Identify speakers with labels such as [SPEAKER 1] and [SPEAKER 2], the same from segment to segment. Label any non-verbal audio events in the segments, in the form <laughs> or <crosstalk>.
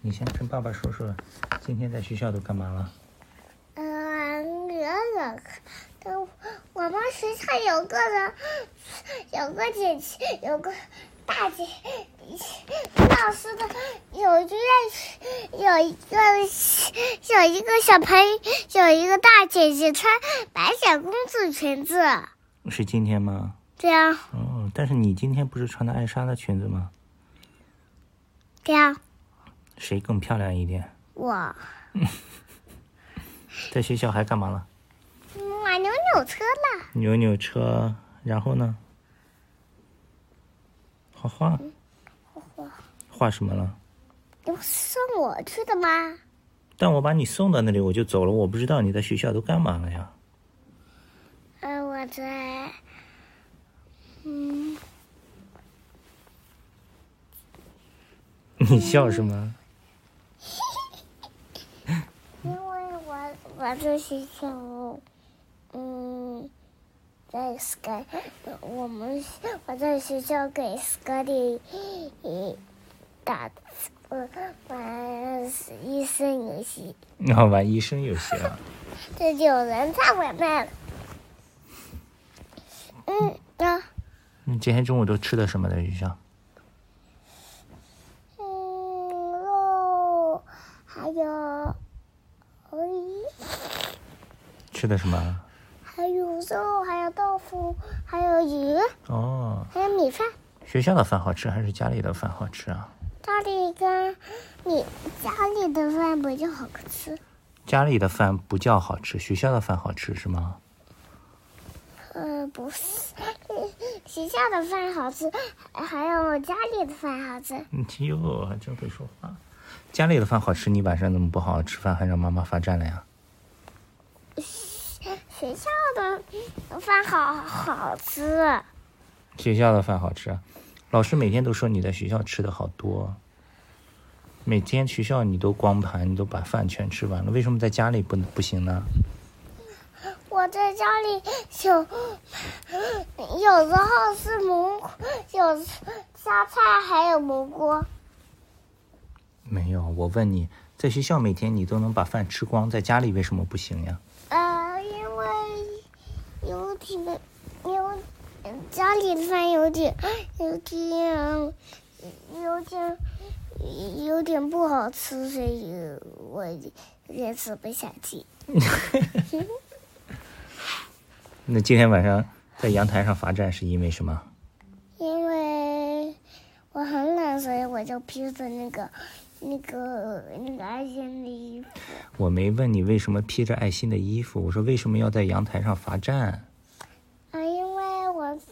[SPEAKER 1] 你先跟爸爸说说，今天在学校都干嘛了？
[SPEAKER 2] 嗯，有有都，我们学校有个人，有个姐姐，有个大姐，老师的有一个有一个有一个小朋友，有一个大姐姐穿白雪公主裙子，
[SPEAKER 1] 是今天吗？
[SPEAKER 2] 对呀、啊，
[SPEAKER 1] 哦，但是你今天不是穿的艾莎的裙子吗？
[SPEAKER 2] 对呀、
[SPEAKER 1] 谁更漂亮一点？
[SPEAKER 2] 我
[SPEAKER 1] 在学校还干嘛了？
[SPEAKER 2] 买扭扭车了，
[SPEAKER 1] 扭扭车，然后呢？画嗯画，
[SPEAKER 2] 我
[SPEAKER 1] 画什么了？
[SPEAKER 2] 你不是送我去的吗？
[SPEAKER 1] 但我把你送到那里，我就走了，我不知道你在学校都干嘛了呀？
[SPEAKER 2] 呃，我在，嗯，
[SPEAKER 1] 你笑什么？
[SPEAKER 2] 因为我我在学校，嗯，在 Sky，我们我在学校给 Scotty 嗯打呃玩医生游戏，
[SPEAKER 1] 你要玩医生游戏啊？
[SPEAKER 2] 这就嗯有人在外面了。嗯，的，
[SPEAKER 1] <laughs> 你今天中午都吃的什么在学校？
[SPEAKER 2] 嗯，肉还有，咦，
[SPEAKER 1] 吃的什么？
[SPEAKER 2] 还有肉，还有豆腐，还有鱼，
[SPEAKER 1] 哦，
[SPEAKER 2] 还有米饭。
[SPEAKER 1] 学校的饭好吃还是家里的饭好吃啊？
[SPEAKER 2] 家里跟你家里的饭比较好吃，
[SPEAKER 1] 家里的饭不叫好吃，学校的饭好吃是吗？
[SPEAKER 2] 呃，不是， <laughs> 学校的饭好吃，还有家里的饭好吃。
[SPEAKER 1] 嗯哟，还真会说话。家里的饭好吃，你晚上怎么不好好吃饭，还让妈妈罚站了呀？
[SPEAKER 2] 学校的饭好好吃，
[SPEAKER 1] 学校的饭好吃，啊老师每天都说你在学校吃的好多。每天学校你都光盘，你都把饭全吃完了，为什么在家里不不行呢？
[SPEAKER 2] 我在家里有，有时候是蘑菇，有时榨菜还有蘑菇。
[SPEAKER 1] 没有，我问你，在学校每天你都能把饭吃光，在家里为什么不行呀？
[SPEAKER 2] 呃，因为有点，有家里的饭有点，有点，有点，有点不好吃，所以我也吃不下去。
[SPEAKER 1] 那今天晚上在阳台上罚站是因为什么？
[SPEAKER 2] 因为我很冷，所以我就披着那个、那个、那个爱心的衣服。
[SPEAKER 1] 我没问你为什么披着爱心的衣服，我说为什么要在阳台上罚站？
[SPEAKER 2] 啊，因为我 <laughs> 吃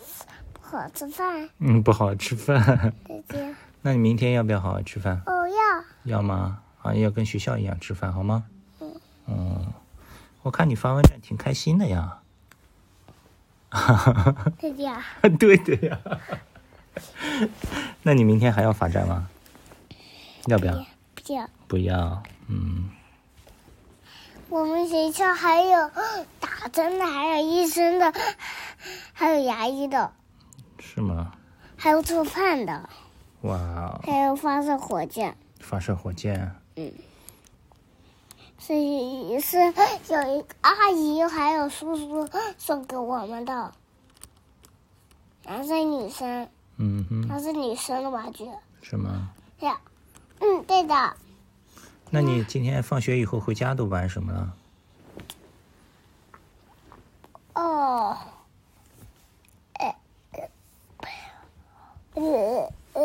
[SPEAKER 2] 不好吃饭，
[SPEAKER 1] 嗯，不好好吃饭。
[SPEAKER 2] 姐姐。
[SPEAKER 1] <laughs> 那你明天要不要好好吃饭？
[SPEAKER 2] 哦要，
[SPEAKER 1] 要吗？好像要跟学校一样吃饭，好吗？嗯，我看你发问站挺开心的呀。
[SPEAKER 2] 姐姐。
[SPEAKER 1] <laughs> 对的呀。 <laughs> 那你明天还要罚站吗？要不要？
[SPEAKER 2] 不要。
[SPEAKER 1] 不要。嗯，
[SPEAKER 2] 我们学校还有 <gasps> 打针的，还有医生的， <sighs> 还有牙医的，
[SPEAKER 1] 是吗？
[SPEAKER 2] 还有做饭的，
[SPEAKER 1] 哇哦，
[SPEAKER 2] 还有发射火箭。
[SPEAKER 1] 发射火箭，
[SPEAKER 2] 是一是有一个阿姨还有叔叔 <laughs> 送给我们的，男生女生，
[SPEAKER 1] 嗯哼，
[SPEAKER 2] 它是女生的玩具。
[SPEAKER 1] 是吗？
[SPEAKER 2] 对，嗯，对的，
[SPEAKER 1] 那你今天放学以后回家都玩什么了？
[SPEAKER 2] 哦，呃呃呃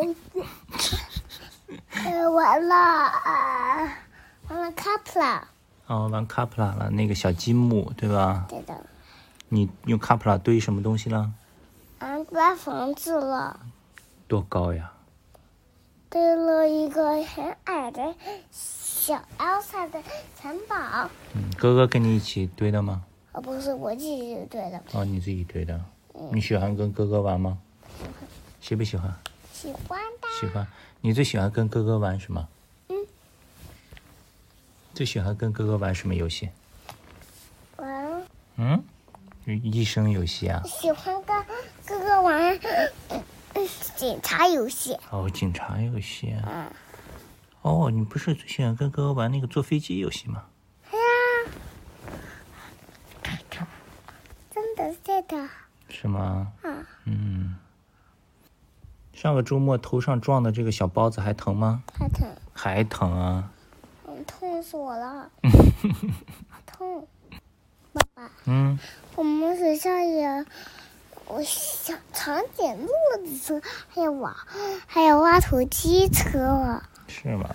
[SPEAKER 2] 呃，完了，啊，完了 c u 了，
[SPEAKER 1] 哦，玩卡普拉了，那个小积木，对吧？
[SPEAKER 2] 对的，
[SPEAKER 1] 你用卡普拉堆什么东西了？
[SPEAKER 2] 俺盖房子了。
[SPEAKER 1] 多高呀？
[SPEAKER 2] 堆了一个很矮的小 Elsa 的城堡，
[SPEAKER 1] 嗯，哥哥跟你一起堆的吗？
[SPEAKER 2] 哦，不是我自己堆的，
[SPEAKER 1] 哦，你自己堆的。你喜欢跟哥哥玩吗？喜不喜欢？
[SPEAKER 2] 喜欢的。
[SPEAKER 1] 喜欢。你最喜欢跟哥哥玩什么？
[SPEAKER 2] 嗯。
[SPEAKER 1] 最喜欢跟哥哥玩什么游戏？
[SPEAKER 2] 玩
[SPEAKER 1] 嗯，医生游戏啊。
[SPEAKER 2] 喜欢跟哥哥玩嗯嗯警察游戏，
[SPEAKER 1] 哦，警察游戏啊。
[SPEAKER 2] 嗯，
[SPEAKER 1] 哦，你不是最喜欢跟哥哥玩那个坐飞机游戏吗？
[SPEAKER 2] 哎呀，真的是的，
[SPEAKER 1] 是吗？
[SPEAKER 2] 嗯
[SPEAKER 1] 嗯。上个周末头上撞的这个小包子还疼吗？
[SPEAKER 2] 太疼，
[SPEAKER 1] 还疼啊！
[SPEAKER 2] 嗯痛死我了，痛。
[SPEAKER 1] 嗯，
[SPEAKER 2] 我们学校也，我小长颈鹿的车，还有挖，还有挖土机车，
[SPEAKER 1] 是吗？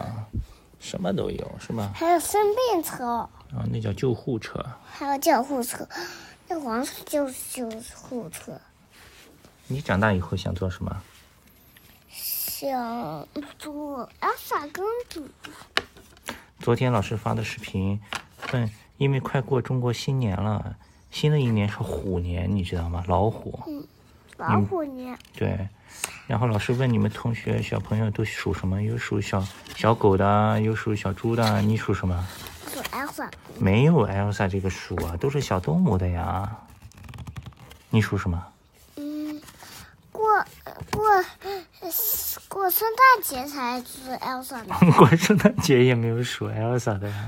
[SPEAKER 1] 什么都有是吧？
[SPEAKER 2] 还有生病车，
[SPEAKER 1] 啊，那叫救护车。
[SPEAKER 2] 还有救护车。那黄色就是救护车。
[SPEAKER 1] 你长大以后想做什么？
[SPEAKER 2] 想做阿萨公主，
[SPEAKER 1] 昨天老师发的视频，问，因为快过中国新年了，新的一年是虎年，你知道吗？老虎。
[SPEAKER 2] 嗯老虎年，
[SPEAKER 1] 对，然后老师问你们同学小朋友都属什么？有属小小狗的啊，有属小猪的啊，你属什么？
[SPEAKER 2] 做阿萨公
[SPEAKER 1] 没有艾尔莎这个属啊，都是小动物的呀。你属什么？ <laughs>
[SPEAKER 2] 嗯，过过过圣诞节才做阿萨呢。
[SPEAKER 1] 过圣诞节也没有属艾尔莎的呀。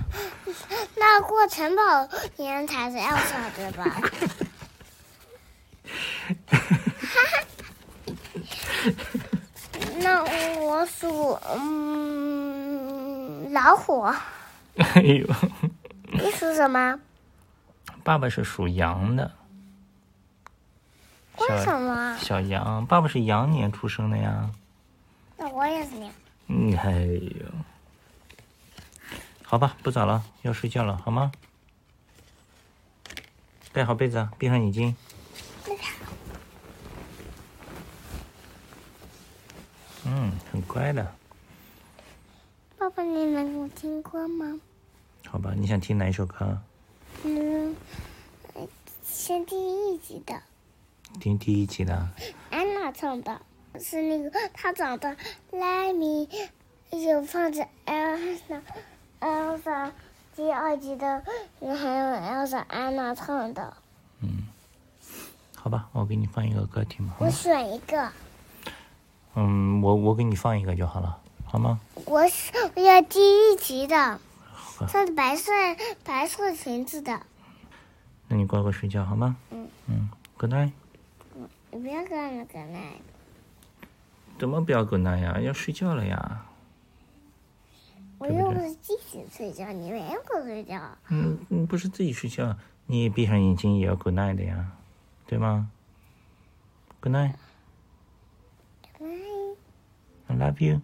[SPEAKER 2] 那过城堡年才是艾莎对吧？哈哈，那我属嗯老虎，
[SPEAKER 1] 哎呦，
[SPEAKER 2] 你属什么？
[SPEAKER 1] 爸爸是属羊的，
[SPEAKER 2] 为
[SPEAKER 1] 小
[SPEAKER 2] 什么？啊
[SPEAKER 1] 小羊，爸爸是羊年出生的呀。
[SPEAKER 2] 那我也是你。
[SPEAKER 1] 嗯，哎呦，好吧，不早了，要睡觉了，好吗？盖好被子啊，闭上眼睛。嗯，很乖的，
[SPEAKER 2] 爸爸，你能给我听歌吗？
[SPEAKER 1] 好吧？你想听哪一首歌？啊
[SPEAKER 2] 嗯，先第一集的
[SPEAKER 1] 听第一集的。
[SPEAKER 2] 安娜唱的，是那个她长的莱米，有放着 Elsa Elsa 第二集的，还有 Elsa 安娜唱的。
[SPEAKER 1] 嗯，好吧，我给你放一个歌听吧。好
[SPEAKER 2] 我
[SPEAKER 1] 吗
[SPEAKER 2] 选一个，
[SPEAKER 1] 嗯，我我给你放一个就好了，好吗？
[SPEAKER 2] 我选我要第一集的
[SPEAKER 1] 吧，
[SPEAKER 2] 穿着白色白色裙子的。
[SPEAKER 1] 那你乖乖睡觉好吗？
[SPEAKER 2] 嗯
[SPEAKER 1] 嗯，Good night。
[SPEAKER 2] 你不要跟那个那，
[SPEAKER 1] 怎么不要 Good night 呀？要睡觉了呀。
[SPEAKER 2] 我
[SPEAKER 1] 对不
[SPEAKER 2] 又
[SPEAKER 1] 对
[SPEAKER 2] 不是自己睡觉，你没有跟我睡觉。
[SPEAKER 1] 嗯，你不是自己睡觉，你也闭上眼睛也要 good night 的呀，对吗？Good night,
[SPEAKER 2] 哎，
[SPEAKER 1] I love you.